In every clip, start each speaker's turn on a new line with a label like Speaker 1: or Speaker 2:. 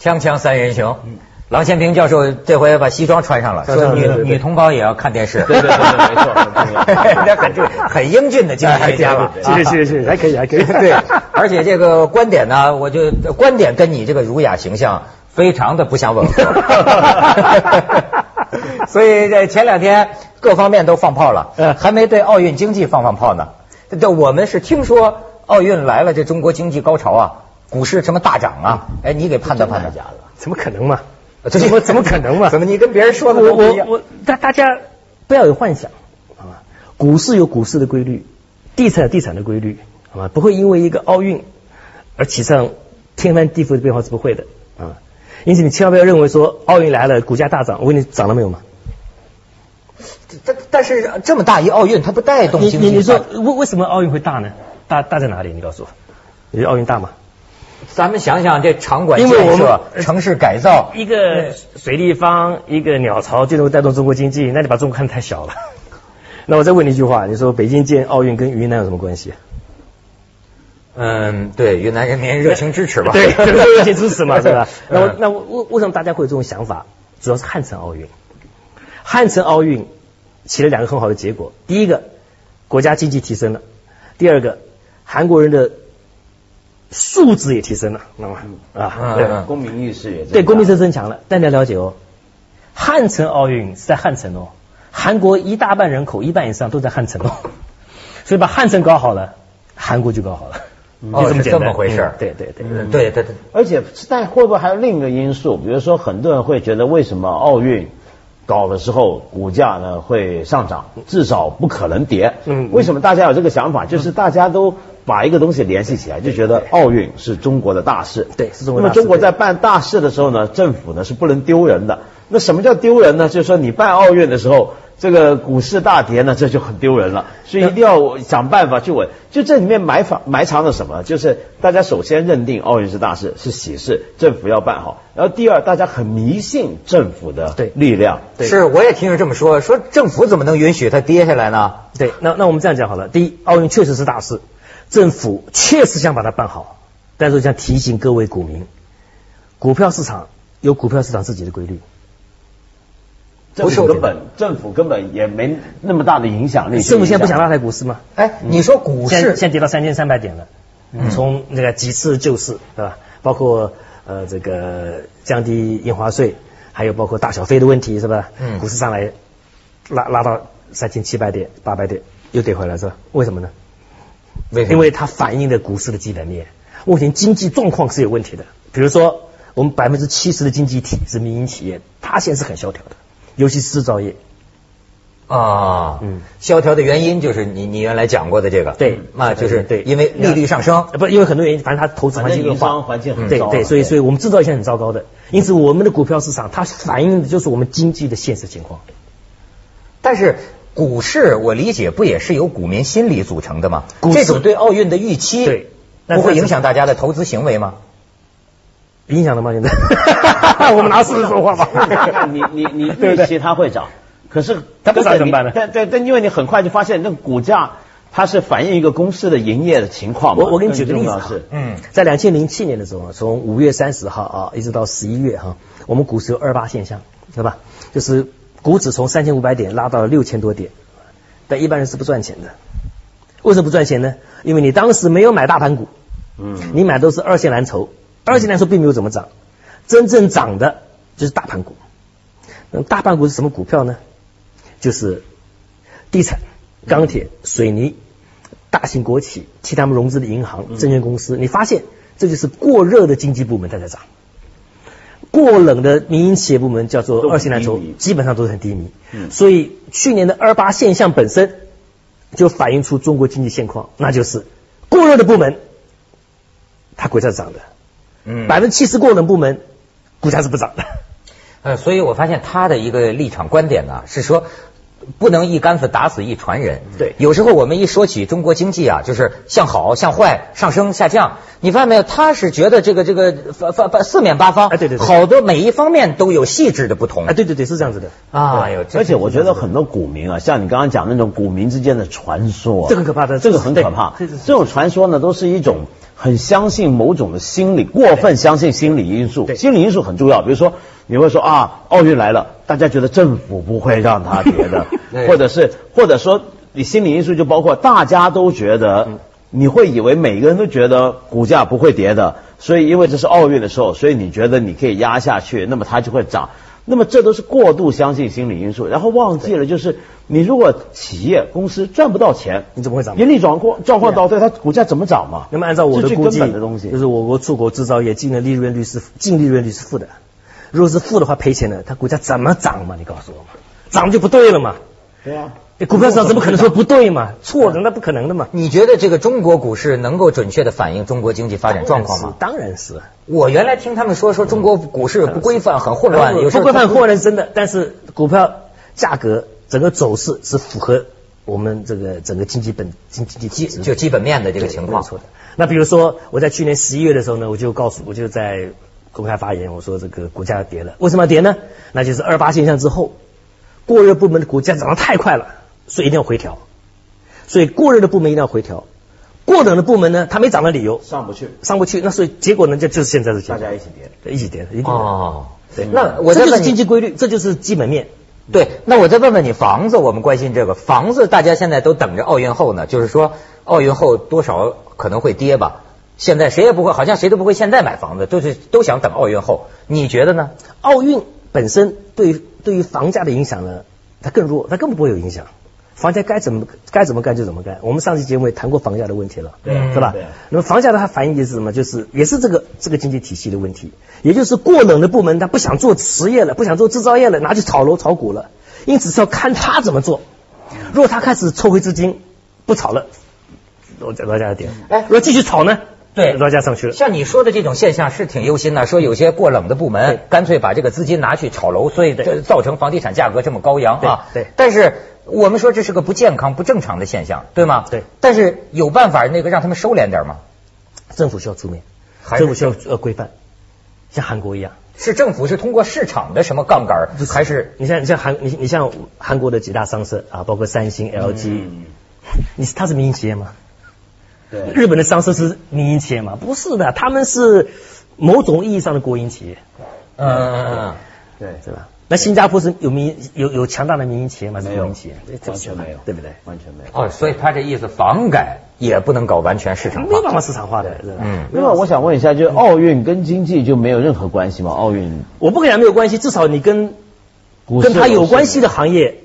Speaker 1: 锵锵三人行，郎咸平教授这回把西装穿上了，
Speaker 2: 穿上
Speaker 1: 说
Speaker 2: 了
Speaker 1: 女
Speaker 2: 嗯对对对
Speaker 1: 女同胞也要看电视，
Speaker 2: 对对对对没错很重 要
Speaker 1: 这很重很英俊的经济学家吧？
Speaker 2: 哎对对对
Speaker 1: 啊
Speaker 2: 对
Speaker 3: 是是是，还可以还可以。
Speaker 1: 对， 而且这个观点呢，我就观点跟你这个儒雅形象非常的不相 吻合，所以这前两天各方面都放炮了，
Speaker 2: 嗯
Speaker 1: 还没对奥运经济放放炮呢。这这我们是听说奥运来了，这中国经济高潮啊，股市什么大涨啊，哎，你给判断判断假的？
Speaker 3: 怎么可能嘛？
Speaker 1: 这
Speaker 3: 怎么怎么可能嘛？
Speaker 1: 啊怎么你跟别人说的
Speaker 3: 我
Speaker 1: 都不一
Speaker 3: 我
Speaker 1: 样？
Speaker 3: 我，大大家不要有幻想，好吧？股市有股市的规律，地产有地产的规律，好吧？不会因为一个奥运而起上天翻地覆的变化是不会的啊。因此，你千万不要认为说奥运来了，股价大涨。我问你，涨了没有嘛？
Speaker 1: 但但是这么大一奥运，它不带动
Speaker 3: 你
Speaker 1: 经济
Speaker 3: 你
Speaker 1: 吗？
Speaker 3: 你说为为什么奥运会大呢？大大在哪里？你告诉我，你觉得奥运大吗？
Speaker 1: 咱们想想这场馆
Speaker 3: 因为
Speaker 1: 建
Speaker 3: 我们
Speaker 1: 设、城市改造，
Speaker 3: 一个水立方，一个鸟巢，就能够带动中国经济，那你把中国看得太小了。 那我再问你一句话，你说北京建奥运跟云南有什么关系？
Speaker 1: 嗯，对，云南人民热情支持吧？？
Speaker 3: 呃对，热情支持嘛，是吧 那我
Speaker 1: 嗯
Speaker 3: 那我为为什么大家会有这种想法？主要是汉城奥运，汉城奥运起了两个很好的结果，第一个国家经济提升了，第二个韩国人的素质也提升了，那么啊，对
Speaker 1: 嗯
Speaker 2: 公民意识也
Speaker 3: 对，公民
Speaker 2: 意识
Speaker 3: 是增强了，但你要了解哦，汉城奥运是在汉城哦，韩国一大半人口一半以上都在汉城哦， 所以把汉城搞好了，韩国就搞好了，
Speaker 1: 哦
Speaker 3: 就这
Speaker 1: 是
Speaker 3: 么简
Speaker 1: 这
Speaker 3: 单，
Speaker 1: 么回事儿
Speaker 3: 嗯对对对，
Speaker 1: 嗯对对对，
Speaker 2: 而且，但会不会还有另一个因素？比如说，很多人会觉得，为什么奥运搞的时候股价呢会上涨，至少不可能跌？
Speaker 3: 嗯嗯
Speaker 2: 为什么大家有这个想法？就是大家都把一个东西联系起来，就觉得奥运是中国的大事。
Speaker 3: 对是中国
Speaker 2: 那
Speaker 3: 的大
Speaker 2: 么
Speaker 3: 事
Speaker 2: 中国在办大事的时候呢，政府呢是不能丢人的。那什么叫丢人呢？就是说你办奥运的时候。这个股市大跌呢，这就很丢人了，所以一定要想办法去稳。就这里面埋藏埋藏了什么？就是大家首先认定奥运是大事，是喜事，政府要办好。然后第二，大家很迷信政府的
Speaker 3: 对
Speaker 2: 力量。
Speaker 3: 对
Speaker 1: 是我也听人这么说，说政府怎么能允许它跌下来呢？
Speaker 3: 对，那那我们这样讲好了，第一，奥运确实是大事，政府确实想把它办好，但是我想提醒各位股民，股票市场有股票市场自己的规律，
Speaker 2: 政
Speaker 1: 不是
Speaker 2: 府
Speaker 1: 我
Speaker 2: 根本政府根本也没那么大的影响力去影响。
Speaker 3: 政府现在不想拉抬股市吗？
Speaker 1: 哎，你说股
Speaker 3: 嗯现在
Speaker 1: 市
Speaker 3: 现在跌到三千三百点了，
Speaker 2: 嗯
Speaker 3: 从那个几次救市，对吧？包括呃这个降低印花税，还有包括大小非的问题，是吧？
Speaker 1: 嗯
Speaker 3: 股市上来拉拉到三千七百点、八百点，又跌回来，是吧？为什么呢？
Speaker 2: 嗯
Speaker 1: 为什么
Speaker 3: 因为它反映了股市的基本面，目前经济状况是有问题的。比如说，我们百分之七十的经济体是民营企业，它现在是很萧条的，尤其是制造业。
Speaker 1: 啊，
Speaker 3: 嗯
Speaker 1: 萧条的原因就是你你原来讲过的这个，
Speaker 3: 对
Speaker 1: 啊，就是
Speaker 3: 对
Speaker 1: 因为利率上升，
Speaker 3: 呃不，因为很多原因，反正它投资环境恶化，
Speaker 2: 反正营商环境很
Speaker 3: 对
Speaker 2: 糟啊
Speaker 3: 对，
Speaker 2: 了
Speaker 3: 所以
Speaker 2: 对。
Speaker 3: 所以我们制造业现在很糟糕的，因此我们的股票市场它反映的就是我们经济的现实情况。
Speaker 1: 但是。股市我理解不也是由股民心理组成的吗？
Speaker 3: 股市
Speaker 1: 这种对奥运的预期，
Speaker 3: 对那
Speaker 1: 不会
Speaker 3: 它是
Speaker 1: 影响大家的投资行为吗？
Speaker 3: 影响了吗？现在 我们拿事实说话吧
Speaker 2: 你你你
Speaker 3: 对不
Speaker 2: 预
Speaker 3: 对
Speaker 2: 期它会涨，可是
Speaker 3: 它不涨
Speaker 2: 跟着
Speaker 3: 怎么
Speaker 2: 你
Speaker 3: 办呢
Speaker 2: 但但但因为你很快就发现那个股价它是反映一个公司的营业的情况嘛。
Speaker 3: 我我给你举个例子
Speaker 2: 更重要
Speaker 3: 啊
Speaker 2: 的是，
Speaker 1: 嗯
Speaker 3: 在两千零七年的时候啊，从五月三十号啊一直到十一月哈、我们股市有二八现象，对吧？就是股指从三千五百点拉到了六千多点，但一般人是不赚钱的。为什么不赚钱呢？因为你当时没有买大盘股，
Speaker 2: 嗯
Speaker 3: 你买都是二线蓝筹，二线蓝筹并没有怎么涨，真正涨的就是大盘股。那么大盘股是什么股票呢？就是地产、钢铁、水泥、大型国企、替他们融资的银
Speaker 2: 嗯
Speaker 3: 行、证券公司。你发现这就是过热的经济部门它在涨，过冷的民营企业部门叫
Speaker 2: 都
Speaker 3: 做
Speaker 2: 很
Speaker 3: 二线蓝筹
Speaker 2: 低迷，
Speaker 3: 基本上都是很低迷。
Speaker 2: 嗯
Speaker 3: 所以去年的二八现象本身就反映出中国经济现况，那就是过热的部门它股价是涨的，
Speaker 1: 嗯，
Speaker 3: 百分之七十过冷部
Speaker 2: 嗯
Speaker 3: 门股价是不涨的。
Speaker 1: 呃，所以我发现他的一个立场观点呢，是说不能一竿子打死一船人。
Speaker 3: 对
Speaker 1: 有时候我们一说起中国经济啊，就是向好、向坏、上升、下降，你发现没有？他是觉得这个这个发发发四面八方，
Speaker 3: 哎对对对
Speaker 1: 好多每一方面都有细致的不同
Speaker 3: 啊，。对对对，是这样子的，
Speaker 1: 啊，有，这
Speaker 2: 而且我觉得很多股民啊，像你刚刚讲那种股民之间的传说啊，
Speaker 3: 这个很可怕的
Speaker 2: 这个很可怕。
Speaker 3: 对对对
Speaker 2: 这种传说呢，都是一种很相信某种的心理，过分相信心理因素。
Speaker 1: 对
Speaker 2: 心理因素很重要，比如说你会说啊，奥运来了，大家觉得政府不会让他 觉得
Speaker 1: 对，
Speaker 2: 或者是或者说你心理因素就包括大家都觉得。你会以为每个人都觉得股价不会跌的，所以因为这是奥运的时候，所以你觉得你可以压下去，那么它就会涨。那么这都是过度相信心理因素，然后忘记了就是你如果企业公司赚不到啊嗯钱，
Speaker 3: 你怎么会涨
Speaker 2: 盈利状况状况倒退，它股价怎么涨嘛？
Speaker 3: 那么按照我
Speaker 2: 这
Speaker 3: 的
Speaker 2: 是最
Speaker 3: 估计，
Speaker 2: 根本的东西
Speaker 3: 就。是我国出口制造业净的利润率是净利润率是负的，如果是负的话赔钱的，它股价怎么涨嘛？你告诉我嘛，涨就不对了嘛。哎
Speaker 2: 对啊，
Speaker 3: 股票市场怎么可能说不对嘛？错的那不可能的嘛。
Speaker 1: 你觉得这个中国股市能够准确的反映中国经济发展状况吗？
Speaker 3: 当然是，
Speaker 1: 我原来听他们说说中国股市不规范，很混
Speaker 3: 当然
Speaker 1: 乱，
Speaker 3: 是
Speaker 1: 有时
Speaker 3: 呃不
Speaker 1: 候
Speaker 3: 规范货呢是真的，但是股票价格整个走势是符合我们这个整个经济本经经济
Speaker 1: 基
Speaker 3: 基
Speaker 1: 就基本面的这个情况
Speaker 3: 没有错的。那比如说，我在去年十一月的时候呢，我就告诉我就在公开发言，我说这个股价要跌了，为什么要跌呢？那就是二八现象之后，过热部门的股价涨得太快了，所以一定要回调。所以过热的部门一定要回调，过冷的部门呢，它没涨的理由
Speaker 2: 上不去，
Speaker 3: 上不去，那所以结果呢，就就是现在的结果，
Speaker 2: 大家一起跌。
Speaker 3: 对一起跌的，一定的。
Speaker 1: 哦。
Speaker 3: 对，
Speaker 1: 那我再
Speaker 3: 这就是
Speaker 1: 问
Speaker 3: 经
Speaker 1: 你，
Speaker 3: 济规律，这就是基本面。
Speaker 1: 对，那我再问问你，房子我们关心这个房子，大家现在都等着奥运后呢，就是说奥运后多少可能会跌吧？现在谁也不会，好像谁都不会现在买房子，都是都想等奥运后。你觉得呢？
Speaker 3: 奥运本身对于对于房价的影响呢，它更弱，它根本不会有影响。房价该怎么该怎么干就怎么干。我们上期节目也谈过房价的问题了，
Speaker 1: 对啊
Speaker 3: 是吧
Speaker 2: 对啊？
Speaker 3: 那么房价的它反映的是什么？就是也是这个这个经济体系的问题，也就是过冷的部门他不想做实业了，不想做制造业了，拿去炒楼炒股了，因此是要看他怎么做。如果他开始抽回资金，不炒了，楼价楼价跌；
Speaker 1: 哎
Speaker 3: 如果继续炒呢，
Speaker 1: 对
Speaker 3: 楼价上去了。
Speaker 1: 像你说的这种现象是挺忧心的，说有些过冷的部门
Speaker 3: 嗯对
Speaker 1: 干脆把这个资金拿去炒楼，所以这
Speaker 3: 对
Speaker 1: 造成房地产价格这么高扬啊。
Speaker 3: 对对
Speaker 1: 但是我们说这是个不健康、不正常的现象，对吗？
Speaker 3: 对。
Speaker 1: 但是有办法那个让他们收敛点吗？
Speaker 3: 政府需要出面，
Speaker 1: 还是
Speaker 3: 政府需要呃规范，像韩国一样。
Speaker 1: 是政府是通过市场的什么杠杆儿，还是
Speaker 3: 你像你像韩你你像韩国的几大商社啊，包括三
Speaker 2: 嗯
Speaker 3: 星、LG，、你是它是民营企业吗？
Speaker 2: 对
Speaker 3: 日本的商社是民营企业吗？不是的，他们是某种意义上的国营企业，
Speaker 1: 嗯嗯
Speaker 2: 对，
Speaker 3: 对吧？那新加坡是有民有有强大的民营企业吗？是国营企业，对这
Speaker 2: 完
Speaker 3: 是
Speaker 2: 全没有，
Speaker 3: 对不对？？
Speaker 2: 完全没有。
Speaker 1: 哦，所以他这意思房改也不能搞完全市场
Speaker 3: 没有办
Speaker 1: 化。
Speaker 3: 法市场化的，对吧？
Speaker 1: 嗯
Speaker 2: 另外，我想问一下，就是奥运跟经济就没有任何关系吗？奥运
Speaker 3: 我不跟讲没有关系，至少你跟
Speaker 2: 股市
Speaker 3: 跟它有关系的行业，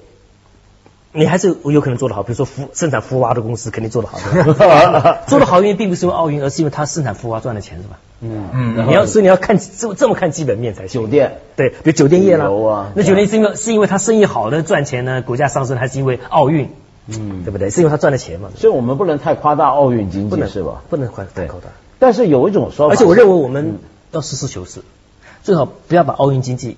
Speaker 3: 你还是有可能做得好。比如说福生产福娃的公司肯定做得好，对 吧做得好，因为并不是因为奥运，而是因为它生产福娃赚的钱，是吧？
Speaker 1: 嗯
Speaker 3: 你要所以你要看这这么看基本面才行。
Speaker 2: 酒店，
Speaker 3: 对，比如酒店业啦
Speaker 2: 旅游啊，
Speaker 3: 那酒店是因为是因为它生意好的赚钱呢，股价上升，还是因为奥运，
Speaker 2: 嗯，
Speaker 3: 对不对？是因为它赚的钱嘛？
Speaker 2: 所以我们不能太夸大奥运经
Speaker 3: 不
Speaker 2: 济，
Speaker 3: 能
Speaker 2: 是吧？
Speaker 3: 不能夸太
Speaker 2: 对
Speaker 3: 高大。
Speaker 2: 但是有一种说法，
Speaker 3: 而且我认为我们要实事求是，最好不要把奥运经济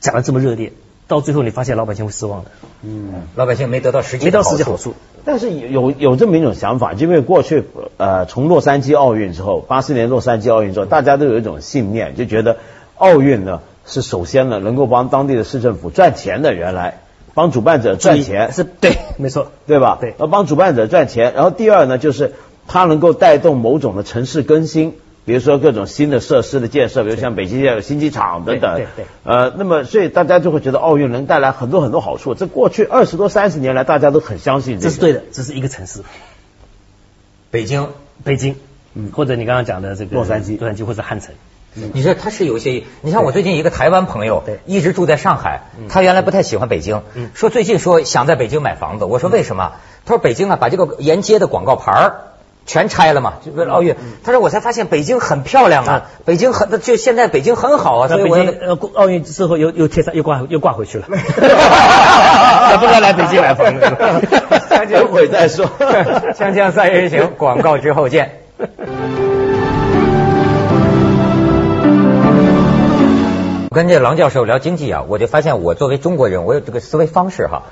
Speaker 3: 讲的这么热烈，到最后你发现老百姓会失望的，
Speaker 2: 嗯。
Speaker 1: 老百姓没得到实际
Speaker 3: 没
Speaker 1: 的
Speaker 3: 到
Speaker 1: 好
Speaker 3: 实际
Speaker 1: 处
Speaker 3: 好。处。
Speaker 2: 但是有有这么一种想法，就因为过去呃从洛杉矶奥运之后，八四年洛杉矶奥运之后，大家都有一种信念，就觉得奥运呢是首先呢能够帮当地的市政府赚钱的，原来帮主办者赚钱
Speaker 3: 是对，没错，
Speaker 2: 对吧？
Speaker 3: 对
Speaker 2: 要帮主办者赚钱。然后第二呢，就是它能够带动某种的城市更新，比如说各种新的设施的建设，比如像北京要有新机场等等。
Speaker 3: 对对对
Speaker 2: 呃，那么所以大家就会觉得奥运能带来很多很多好处。这过去二十多三十年来，大家都很相信这
Speaker 3: 这
Speaker 2: 个。
Speaker 3: 是对的，这是一个城市，
Speaker 1: 北京，
Speaker 3: 北京，
Speaker 2: 嗯
Speaker 3: 或者你刚刚讲的这个
Speaker 2: 洛杉矶
Speaker 3: 洛杉矶或者汉城，
Speaker 1: 你说他是有些，你像我最近一个台湾朋友
Speaker 3: 嗯对，嗯
Speaker 1: 一直住在上海，他原来不太喜欢北京，说最近说想在北京买房子，我说
Speaker 3: 嗯
Speaker 1: 为什么？他说北京啊，把这个沿街的广告牌儿全拆了嘛，就
Speaker 3: 嗯
Speaker 1: 为了奥运。他说我才发现北京很漂亮啊，北京很就现在北京很好啊，所
Speaker 3: 那
Speaker 1: 以
Speaker 3: 北
Speaker 1: 我
Speaker 3: 京
Speaker 1: 要
Speaker 3: 呃过奥运之后又又贴上又挂又挂回去了，
Speaker 1: 那
Speaker 3: 那不该来北京买房子。
Speaker 2: 等会再说
Speaker 1: 锵锵三人行，
Speaker 3: 啊
Speaker 1: 广告之后见。跟这郎教授聊经济啊，我就发现我作为中国人，我有这个思维方式哈，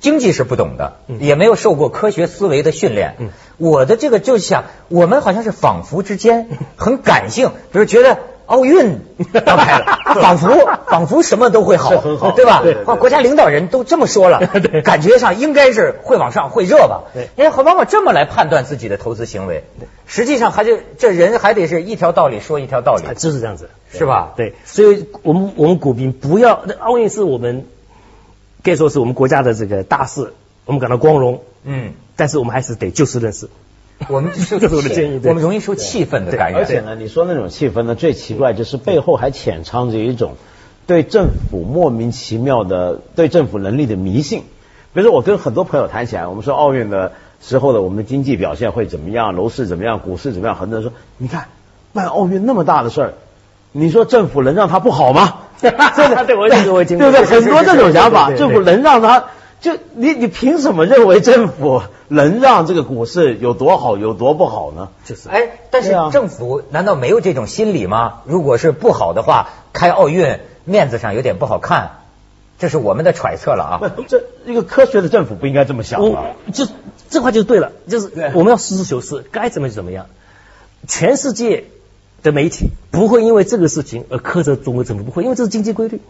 Speaker 1: 经济是不懂的，也没有受过科学思维的训练。嗯我的这个就是想，我们好像是仿佛之间很感性，比如觉得奥运要开 了，仿佛仿佛什么都会好，
Speaker 2: 是很好
Speaker 1: 对吧？
Speaker 2: 对对对
Speaker 1: 国家领导人都这么说了
Speaker 3: 对，
Speaker 1: 感觉上应该是会往上会热吧
Speaker 3: 对？
Speaker 1: 人家往往这么来判断自己的投资行为，实际上还是这人还得是一条道理说一条道理
Speaker 3: 啊，，就是这样子，
Speaker 1: 是吧？
Speaker 3: 对，所以我们我们股民不要，那奥运是我们可以说是我们国家的这个大事，我们感到光荣，
Speaker 1: 嗯，
Speaker 3: 但是我们还是得就事论事。
Speaker 1: 我们 受
Speaker 3: 这是我的建议对
Speaker 1: 我们容易受气氛的感
Speaker 2: 而且
Speaker 1: 染。
Speaker 2: 呢，你说那种气氛呢，最奇怪就是背后还潜藏着一种对政府莫名其妙的对政府能力的迷信。比如说，我跟很多朋友谈起来，我们说奥运的时候的我们的经济表现会怎么样，楼市怎么样，股市怎么样，很多人说，你看办奥运那么大的事儿，你说政府能让它不好 吗？真的，
Speaker 3: 对我也我也经历
Speaker 2: 对
Speaker 3: 过
Speaker 2: 不对？很多这种想法，
Speaker 3: 对对对对
Speaker 2: 政府能让它就你你凭什么认为政府能让这个股市有多好有多不好呢？
Speaker 3: 就是
Speaker 1: 哎，但是
Speaker 2: 对啊
Speaker 1: 政府难道没有这种心理吗？如果是不好的话，开奥运面子上有点不好看，这是我们的揣测了 啊。
Speaker 2: 不，这一个科学的政府不应该这么想吧？
Speaker 3: 我就这话就对了，就是
Speaker 2: 对
Speaker 3: 我们要实事求是，该怎么就怎么样。全世界的媒体不会因为这个事情而苛责中国政府，不会，因为这是经济规律。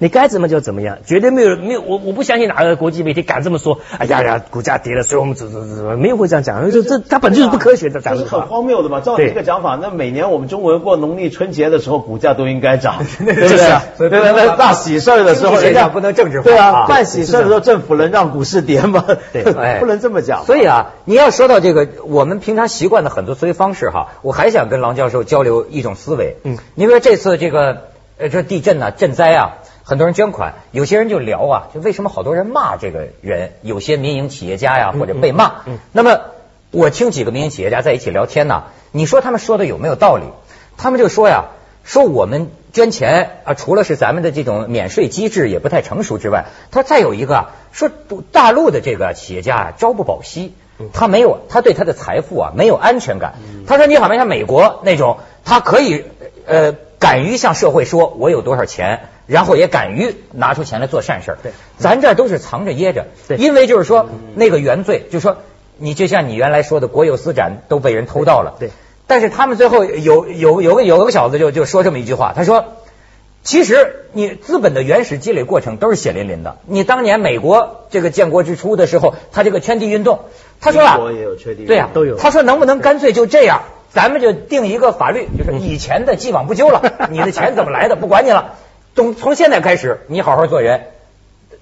Speaker 3: 你该怎么就怎么样，绝对没有没有我我不相信哪个国际媒体敢这么说。哎呀呀，股价跌了，所以我们怎怎怎怎么没有会这样讲？这这它本质就是不科学的，
Speaker 2: 这
Speaker 3: 讲
Speaker 2: 是
Speaker 3: 这
Speaker 2: 很
Speaker 3: 话。
Speaker 2: 荒谬的嘛！照你
Speaker 3: 对
Speaker 2: 这个讲法，那每年我们中国人过农历春节的时候，股价都应该涨，对不
Speaker 1: 就
Speaker 2: 对？
Speaker 1: 是啊所以
Speaker 2: 对
Speaker 1: 不
Speaker 2: 对
Speaker 1: 能
Speaker 2: 对，
Speaker 1: 把
Speaker 2: 大喜事儿的时候，
Speaker 1: 经济学
Speaker 2: 人家
Speaker 1: 上不能政治化
Speaker 2: 对
Speaker 1: 啊
Speaker 2: 啊，办喜事儿的时候，政府能让股市跌吗？
Speaker 3: 对
Speaker 1: 哎
Speaker 2: 不能这么讲。
Speaker 1: 所以啊，你要说到这个我们平常习惯的很多思维方式哈，我还想跟郎教授交流一种思维。
Speaker 3: 嗯
Speaker 1: 你比如说这次这个呃这地震呐、赈灾啊，很多人捐款，有些人就聊啊，就为什么好多人骂这个人，有些民营企业家呀或者被骂。
Speaker 3: 嗯嗯
Speaker 1: 那么我听几个民营企业家在一起聊天呐、你说他们说的有没有道理？他们就说呀，说我们捐钱啊，除了是咱们的这种免税机制也不太成熟之外，他说再有一个啊，说大陆的这个企业家啊，朝不保夕，
Speaker 3: 嗯
Speaker 1: 他没有，他对他的财富啊没有安全感。他说你好像像美国那种，他可以呃敢于向社会说我有多少钱。然后也敢于拿出钱来做善事儿，
Speaker 3: 对
Speaker 1: 咱这儿都是藏着掖着，
Speaker 3: 对嗯
Speaker 1: 因为就是说那个原罪，就说你就像你原来说的国有私展都被人偷到了，
Speaker 3: 对对
Speaker 1: 但是他们最后有有有个有个小子就就说这么一句话，他说：“其实你资本的原始积累过程都是血淋淋的。你当年美国这个建国之初的时候，他这个圈地运动，他说啊
Speaker 2: 英，国也有确定，
Speaker 1: 对呀、
Speaker 3: 都有
Speaker 1: 他说能不能干脆就这样，咱们就定一个法律，就是
Speaker 3: 嗯
Speaker 1: 以前的既往不咎了， 你的钱怎么来的不管你了，从从现在开始你好好做人。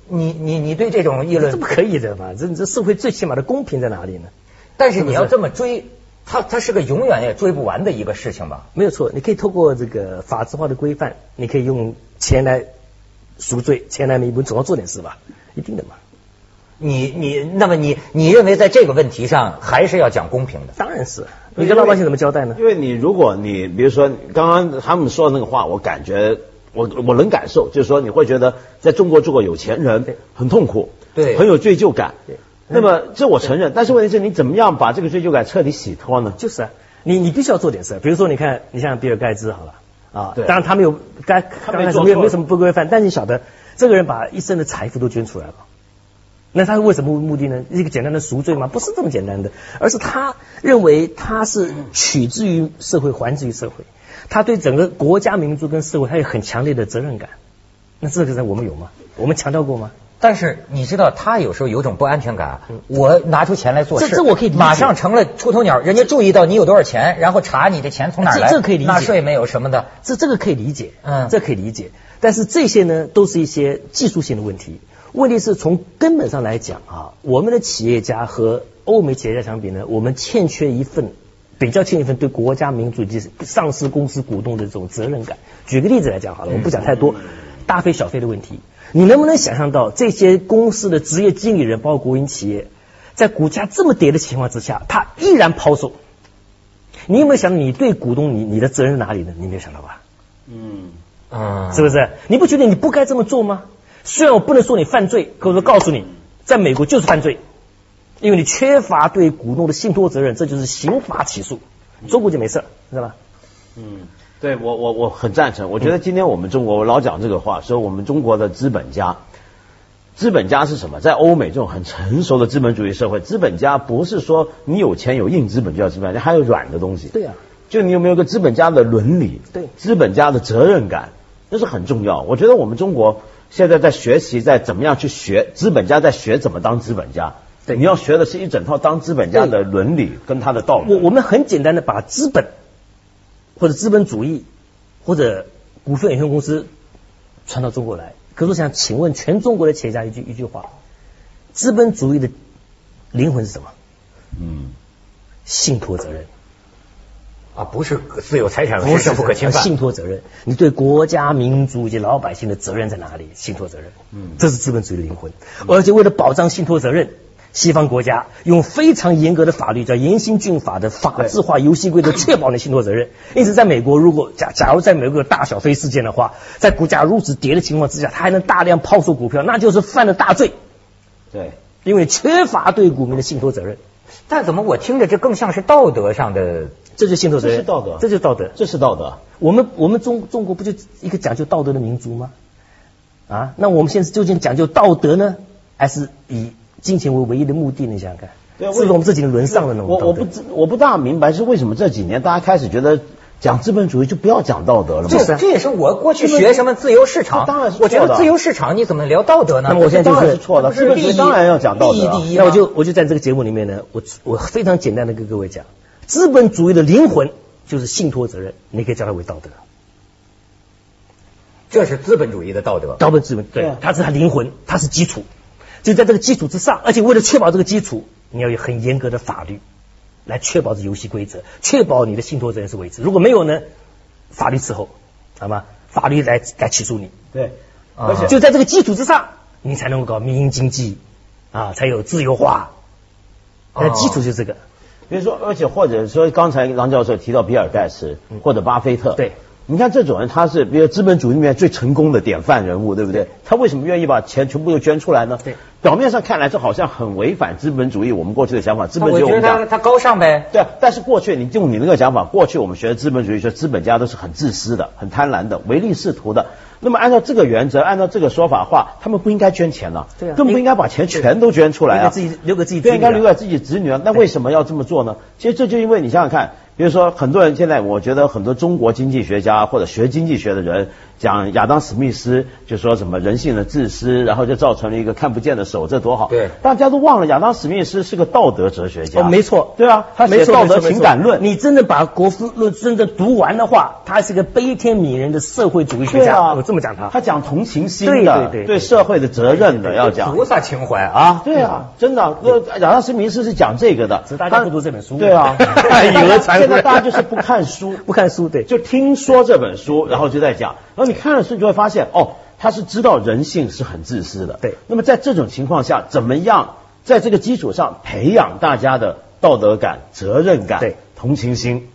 Speaker 1: 你你你对这种议
Speaker 3: 这
Speaker 1: 论
Speaker 3: 不，可以的嘛？这这社会最起码的公平在哪里呢？
Speaker 1: 但是你要这么追，他他是个永远也追不完的一个事情吧？
Speaker 3: 没有错，你可以透过这个法制化的规范，你可以用钱来赎罪，钱来弥补，总要做点事吧，一定的嘛。
Speaker 1: 你你，那么你你认为在这个问题上还是要讲公平的？
Speaker 3: 当然是，你跟老百姓怎么交代呢？
Speaker 2: 因为你如果你比如说刚刚他们说的那个话，我感觉我我能感受，就是说你会觉得在中国做个有钱人
Speaker 3: 对
Speaker 2: 很痛苦，
Speaker 1: 对
Speaker 2: 很有罪疚感
Speaker 3: 对。嗯
Speaker 2: 那么这我承认，但是问题是你怎么样把这个罪疚感彻底洗脱呢？
Speaker 3: 就是啊，你你必须要做点事儿，比如说你看，你像比尔盖茨好了啊，
Speaker 2: 对
Speaker 3: 当然他没有该
Speaker 2: 他
Speaker 3: 刚
Speaker 2: 没
Speaker 3: 开始
Speaker 2: 做
Speaker 3: 没有
Speaker 2: 错
Speaker 3: 没有什么不规范，但是你晓得这个人把一生的财富都捐出来了。那他为什么目的呢？一个简单的赎罪吗？不是这么简单的，而是他认为他是取之于社会，还之于社会，他对整个国家、民族跟社会，他有很强烈的责任感。那这个在我们有吗？我们强调过吗？
Speaker 1: 但是你知道，他有时候有种不安全感。我拿出钱来做事，
Speaker 3: 嗯这这我可以理解
Speaker 1: 马上成了出头鸟，人家注意到你有多少钱，然后查你的钱从哪儿来，
Speaker 3: 这这可以理解
Speaker 1: 纳税没有什么的。
Speaker 3: 这这个可以理解，
Speaker 1: 嗯
Speaker 3: 这可以理解。但是这些呢，都是一些技术性的问题。问题是从根本上来讲啊，我们的企业家和欧美企业家相比呢，我们欠缺一份比较欠一份对国家、民族以及上市公司股东的这种责任感。举个例子来讲好了，我不讲太多，大费小费的问题，你能不能想象到这些公司的职业经理人，包括国营企业，在股价这么跌的情况之下，他依然抛售？你有没有想到你对股东你你的责任哪里呢？你没有想到吧？
Speaker 2: 嗯，
Speaker 1: 嗯，
Speaker 3: 啊是不是？你不觉得你不该这么做吗？虽然我不能说你犯罪，可是告诉你，在美国就是犯罪，因为你缺乏对股东的信托责任，这就是刑法起诉。中国就没事儿，知道吧？
Speaker 2: 嗯，对我我我很赞成。我觉得今天我们中国，我老讲这个话，说我们中国的资本家，资本家是什么？在欧美这种很成熟的资本主义社会，资本家不是说你有钱有硬资本就叫资本家，还有软的东西。
Speaker 3: 对啊
Speaker 2: 就你有没有一个资本家的伦理，
Speaker 3: 对
Speaker 2: 资本家的责任感，那是很重要。我觉得我们中国现在在学习，在怎么样去学资本家，在学怎么当资本家。
Speaker 3: 对
Speaker 2: 你要学的是一整套当资本家
Speaker 3: 对
Speaker 2: 的伦理跟他的道理。
Speaker 3: 我我们很简单的把资本或者资本主义或者股份有限公司传到中国来。可是我想请问全中国的企业家一句一句话：资本主义的灵魂是什么？
Speaker 2: 嗯，
Speaker 3: 信托责任，
Speaker 1: 啊，不是自有财产不呃是不可侵犯。
Speaker 3: 信托责任，你对国家、民族以及老百姓的责任在哪里？信托责任，嗯，这是资本主义的灵魂。而且为了保障信托责任，西方国家用非常严格的法律，叫《严刑峻法》的法制化游戏规则，确保你信托责任。因此，在美国，如果假假如在美国有大小非事件的话，在股价如此跌的情况之下，他还能大量抛售股票，那就是犯了大罪，
Speaker 2: 对。
Speaker 3: 因为缺乏对股民的信托责任。
Speaker 1: 但怎么我听着这更像是道德上的？
Speaker 3: 这就是信托责任，
Speaker 2: 这是道德
Speaker 3: 这就是道德。
Speaker 2: 这是道德。
Speaker 3: 我们我们中中国不就一个讲究道德的民族吗？啊，那我们现在究竟讲究道德呢，还是以金钱为唯一的目的呢？你想想看，
Speaker 2: 对啊
Speaker 3: 是不是我们自己沦丧的那种
Speaker 2: 我
Speaker 3: 道德
Speaker 2: 我不知我不大明白是为什么这几年大家开始觉得讲资本主义就不要讲道德了嘛？
Speaker 1: 这这也是我过去学什么自由市场，
Speaker 2: 这当然是
Speaker 1: 我觉
Speaker 2: 错的
Speaker 1: 得自由市场你怎么聊道德呢？
Speaker 3: 那么我现在就
Speaker 2: 当然
Speaker 3: 是
Speaker 2: 是错的，
Speaker 1: 那不
Speaker 2: 资
Speaker 1: 是
Speaker 2: 本主义
Speaker 1: 利益
Speaker 2: 当然要讲道
Speaker 1: 利益
Speaker 2: 德啊。
Speaker 1: 第一
Speaker 3: 那我
Speaker 1: 吗
Speaker 3: 就我就在这个节目里面呢，我我非常简单的跟各位讲，资本主义的灵魂就是信托责任，你可以叫它为道德，
Speaker 1: 这是资本主义的道德。
Speaker 3: 道德资本
Speaker 2: 对
Speaker 3: 对
Speaker 2: 啊，
Speaker 3: 它是它灵魂，它是基础，就在这个基础之上，而且为了确保这个基础，你要有很严格的法律来确保这游戏规则，确保你的信托责任是维持，如果没有呢，法律伺候，好吗？法律来来起诉你，
Speaker 2: 对，
Speaker 1: 啊
Speaker 2: 而且
Speaker 3: 就在这个基础之上，你才能够搞民营经济啊，才有自由化。那
Speaker 1: 哦
Speaker 3: 基础就是这个，
Speaker 2: 比如说，而且或者说，刚才郎教授提到比尔盖茨或者巴菲特，
Speaker 3: 嗯对，
Speaker 2: 你看这种人，他是比如资本主义里面最成功的典范人物，对不对？他为什么愿意把钱全部都捐出来呢？
Speaker 3: 对，
Speaker 2: 表面上看来这好像很违反资本主义我们过去的想法，资
Speaker 1: 那
Speaker 2: 本
Speaker 1: 我
Speaker 2: 主义我
Speaker 1: 觉得
Speaker 2: 们
Speaker 1: 他
Speaker 2: 讲。
Speaker 1: 他高尚呗。
Speaker 2: 对啊，但是过去你用你那个讲法，过去我们学的资本主义，说资本家都是很自私的、很贪婪的、唯利是图的。那么按照这个原则，按照这个说法的话，他们不应该捐钱了，
Speaker 3: 对啊
Speaker 2: 更不应该把钱全都捐出来啊，
Speaker 3: 留给自己留给自己子
Speaker 2: 对，
Speaker 3: 女啊
Speaker 2: 应该留给自己子女啊。那为什么要这么做呢？其实这就因为你想想看，比如说很多人现在，我觉得很多中国经济学家或者学经济学的人讲亚当·史密斯，就说什么人性的自私，然后就造成了一个看不见的手，这多好。
Speaker 1: 对
Speaker 2: 大家都忘了亚当·史密斯是个道德哲学家。
Speaker 3: 哦，没错，
Speaker 2: 对啊，他
Speaker 3: 没
Speaker 2: 写
Speaker 3: 错，
Speaker 2: 道德
Speaker 3: 没错
Speaker 2: 情感论。
Speaker 3: 没错你真的把《国富论》真正读完的话，他是个悲天悯人的社会主义学
Speaker 2: 对
Speaker 3: 家。
Speaker 2: 啊，
Speaker 3: 我这么讲他，
Speaker 2: 他讲同情心
Speaker 3: 对
Speaker 2: 的，
Speaker 3: 对对
Speaker 2: 对社会的责任的要讲
Speaker 1: 菩萨情怀啊！
Speaker 2: 啊，对啊，真的啊，那亚当·斯密斯是讲这个的，
Speaker 3: 只是大家不读这本书
Speaker 2: 对 啊，
Speaker 3: 以讹传讹
Speaker 2: 现在大家就是不看书，
Speaker 3: 不看书对，
Speaker 2: 就听说这本书，然后就在讲，然后你看了书，你就会发现，哦，他是知道人性是很自私的。
Speaker 3: 对
Speaker 2: 那么在这种情况下，怎么样在这个基础上培养大家的道德感、责任感、
Speaker 3: 对
Speaker 2: 同情心？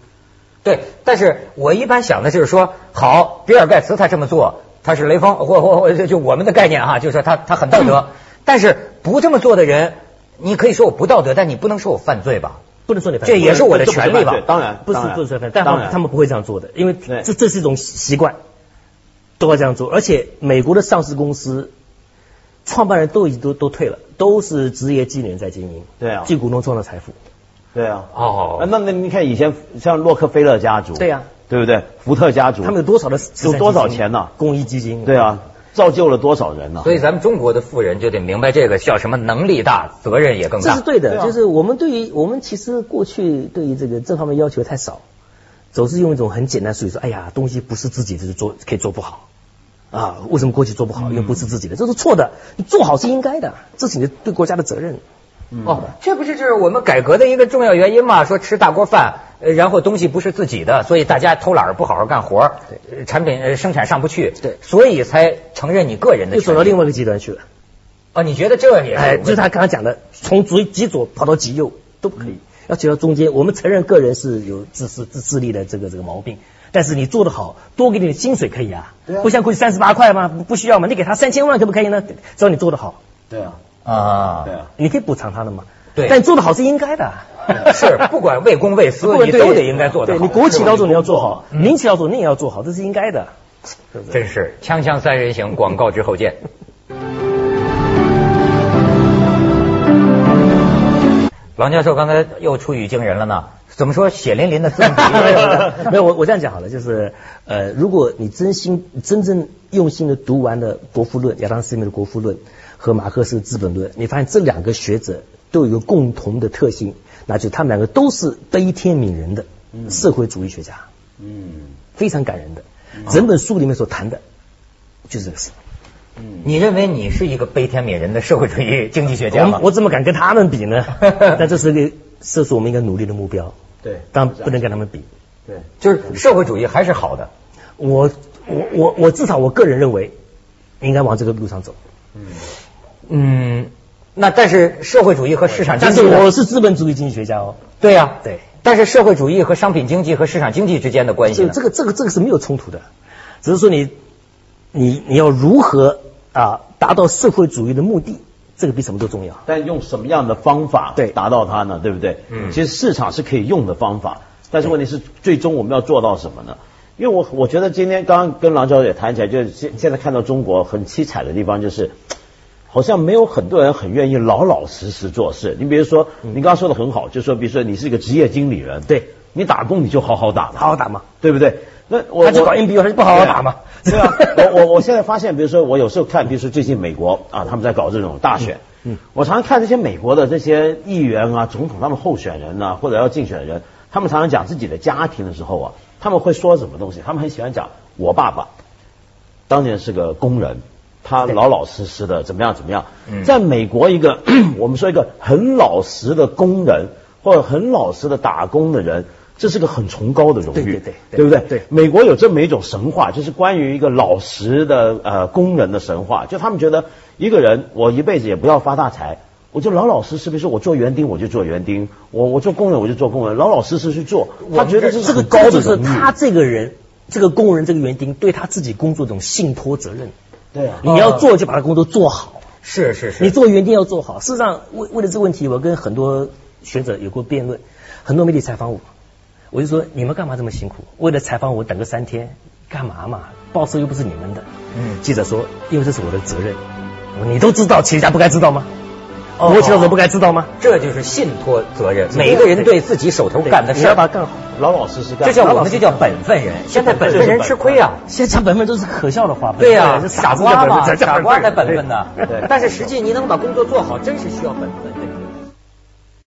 Speaker 1: 对，但是我一般想的就是说，好，比尔盖茨他这么做，他是雷锋，或或或就就我们的概念哈、就是说他他很道德，但是不这么做的人，你可以说我不道德，但你不能说我犯罪吧？
Speaker 3: 不能说你犯
Speaker 1: 这也是我的
Speaker 2: 这不
Speaker 1: 权利吧
Speaker 2: 对？当然，
Speaker 3: 不是
Speaker 2: 当然
Speaker 3: 不是犯，但他
Speaker 2: 当
Speaker 3: 们
Speaker 2: 然
Speaker 3: 他们不会这样做的，因为
Speaker 2: 对
Speaker 3: 这这是一种习惯，都要这样做。而且美国的上市公司创办人都已经都都退了，都是职业技能在经营，
Speaker 2: 对啊
Speaker 3: 替股东创造财富。
Speaker 2: 对啊。啊
Speaker 1: 哦，
Speaker 2: 那那你看以前像洛克菲勒家族，
Speaker 3: 对啊
Speaker 2: 对不对？福特家族，
Speaker 3: 他们有多少的
Speaker 2: 有多少钱呢
Speaker 3: 公益基金，
Speaker 2: 对啊，造就了多少人呢、
Speaker 1: 所以咱们中国的富人就得明白这个叫什么，能力大，责任也更
Speaker 3: 这
Speaker 1: 大。
Speaker 3: 是对的，
Speaker 2: 对啊
Speaker 3: 就是我们对于我们其实过去对于这个这方面要求太少，总是用一种很简单的术语说，哎呀，东西不是自己的就做可以做不好啊，为什么过去做不
Speaker 2: 嗯
Speaker 3: 好？因为不是自己的，这是错的，你做好是应该的，这是你的对国家的责任。
Speaker 1: 哦，这不是就是我们改革的一个重要原因吗？说吃大锅饭，呃然后东西不是自己的，所以大家偷懒儿不好好干活儿，呃产品呃生产上不去，
Speaker 3: 对
Speaker 1: 所以才承认你个人的
Speaker 3: 又走
Speaker 1: 权
Speaker 3: 到
Speaker 1: 利。
Speaker 3: 另外一个极端去了，
Speaker 1: 哦，你觉得这也
Speaker 3: 哎，
Speaker 1: 是
Speaker 3: 就是他刚刚讲的，从极极左跑到极右都不
Speaker 1: 嗯
Speaker 3: 可以，要走到中间。我们承认个人是有自私自自利的这个这个毛病。但是你做得好，多给你的薪水可以啊，不像过去三十八块吗？不不需要吗？你给他三千万可不可以呢？只要你做得好，
Speaker 2: 对啊，
Speaker 1: 啊
Speaker 2: 对，啊，
Speaker 3: 你可以补偿他的嘛。
Speaker 1: 对
Speaker 3: 但做的好是应该的。
Speaker 1: 是不管为公为私，
Speaker 3: 不
Speaker 1: 你
Speaker 3: 对
Speaker 1: 都得应该做得
Speaker 3: 对
Speaker 1: 好。嗯
Speaker 3: 你国企劳动你要做好，民企劳动你也要做好，这是应该的。
Speaker 1: 真是锵锵三人行，广告之后见。郎教授刚才又出语惊人了呢，怎么说血淋淋的字母
Speaker 3: 没有，我我这样讲好了，就是呃，如果你真心、真正用心的读完了《国富论》，亚当·斯密的《国富论》和马克思的《资本论》，你发现这两个学者都有一个共同的特性，那就是他们两个都是悲天悯人的社会主义学家，
Speaker 2: 嗯
Speaker 3: 非常感人的。整本书里面所谈的就是这个事。
Speaker 2: 嗯
Speaker 1: 你认为你是一个悲天悯人的社会主义经济学家
Speaker 3: 我
Speaker 1: 吗？
Speaker 3: 我怎么敢跟他们比呢？但这是个，这是我们应该努力的目标。
Speaker 2: 对
Speaker 3: 当然不能跟他们比。
Speaker 2: 对，
Speaker 1: 就是社会主义还是好的，
Speaker 3: 我我我我至少我个人认为，应该往这个路上走。
Speaker 2: 嗯
Speaker 1: 嗯，那但是社会主义和市场经
Speaker 3: 但
Speaker 1: 济
Speaker 3: 是
Speaker 1: 呢，
Speaker 3: 我是资本主义经济学家哦，
Speaker 1: 对呀、
Speaker 3: 对。
Speaker 1: 但是社会主义和商品经济和市场经济之间的关系
Speaker 3: 这
Speaker 1: 呢？
Speaker 3: 这个这个这个是没有冲突的，只是说你你你要如何啊达到社会主义的目的，这个比什么都重要。
Speaker 2: 但用什么样的方法
Speaker 3: 对
Speaker 2: 达到它呢？对不对？
Speaker 1: 嗯
Speaker 2: 其实市场是可以用的方法，但是问题是最终我们要做到什么呢？因为我我觉得今天刚刚跟郎教授也谈起来，就是现现在看到中国很凄惨的地方，就是好像没有很多人很愿意老老实实做事。你比如说，你刚刚说的很好，就说比如说你是一个职业经理人，
Speaker 3: 嗯对
Speaker 2: 你打工你就好好打嘛，
Speaker 3: 好好打嘛，
Speaker 2: 对不对？那我
Speaker 3: 他就
Speaker 2: 我
Speaker 3: 搞 NBO 他就不好好打嘛
Speaker 2: 对啊，对啊我我我现在发现，比如说我有时候看，比如说最近美国啊，他们在搞这种大选，
Speaker 3: 嗯嗯
Speaker 2: 我常常看这些美国的这些议员啊、总统他们候选人呐、或者要竞选的人，他们常常讲自己的家庭的时候啊，他们会说什么东西？他们很喜欢讲我爸爸当年是个工人。他
Speaker 3: 对
Speaker 2: 老老实实的怎么样怎么样？
Speaker 1: 嗯
Speaker 2: 在美国，一个我们说一个很老实的工人或者很老实的打工的人，这是个很崇高的荣誉，
Speaker 3: 对对对对
Speaker 2: 对不对？
Speaker 3: 对
Speaker 2: 美国有这么一种神话，就是关于一个老实的呃工人的神话，就他们觉得一个人我一辈子也不要发大财，我就老老实实，比如说我做园丁我就做园丁，我我做工人我就做工人，老老实实去做，他觉得这是
Speaker 3: 这个
Speaker 2: 很高的
Speaker 3: 就是
Speaker 2: 荣誉。
Speaker 3: 他这个人，这个工人这个园丁对他自己工作这种信托责任，
Speaker 2: 对啊，
Speaker 3: 你要做就把他工作做好。
Speaker 1: 是是是，
Speaker 3: 你做园丁要做好。事实上，为为了这个问题，我跟很多学者有过辩论，很多媒体采访我，我就说你们干嘛这么辛苦？为了采访我等个三天，干嘛嘛？报社又不是你们的。
Speaker 1: 嗯
Speaker 3: 记者说，因为这是我的责任。我说你都知道，企业家不该知道吗？
Speaker 1: 哦
Speaker 3: 我企业主不该知道吗？
Speaker 1: 这就是信托责任，每个人对自己手头干的事
Speaker 3: 对你要
Speaker 1: 儿
Speaker 3: 把它干好。
Speaker 2: 老老实实干，
Speaker 1: 这叫我们就叫本分人。现在本分人吃亏啊。
Speaker 3: 现在讲本分都是可笑的话，
Speaker 1: 对呀、
Speaker 3: 这
Speaker 1: 傻
Speaker 3: 子叫
Speaker 1: 瓜
Speaker 3: 本分
Speaker 1: 嘛，
Speaker 3: 这叫
Speaker 1: 傻瓜才本分
Speaker 3: 对
Speaker 1: 呢
Speaker 2: 对。
Speaker 1: 但是实际你能把工作做好，真是需要本分。对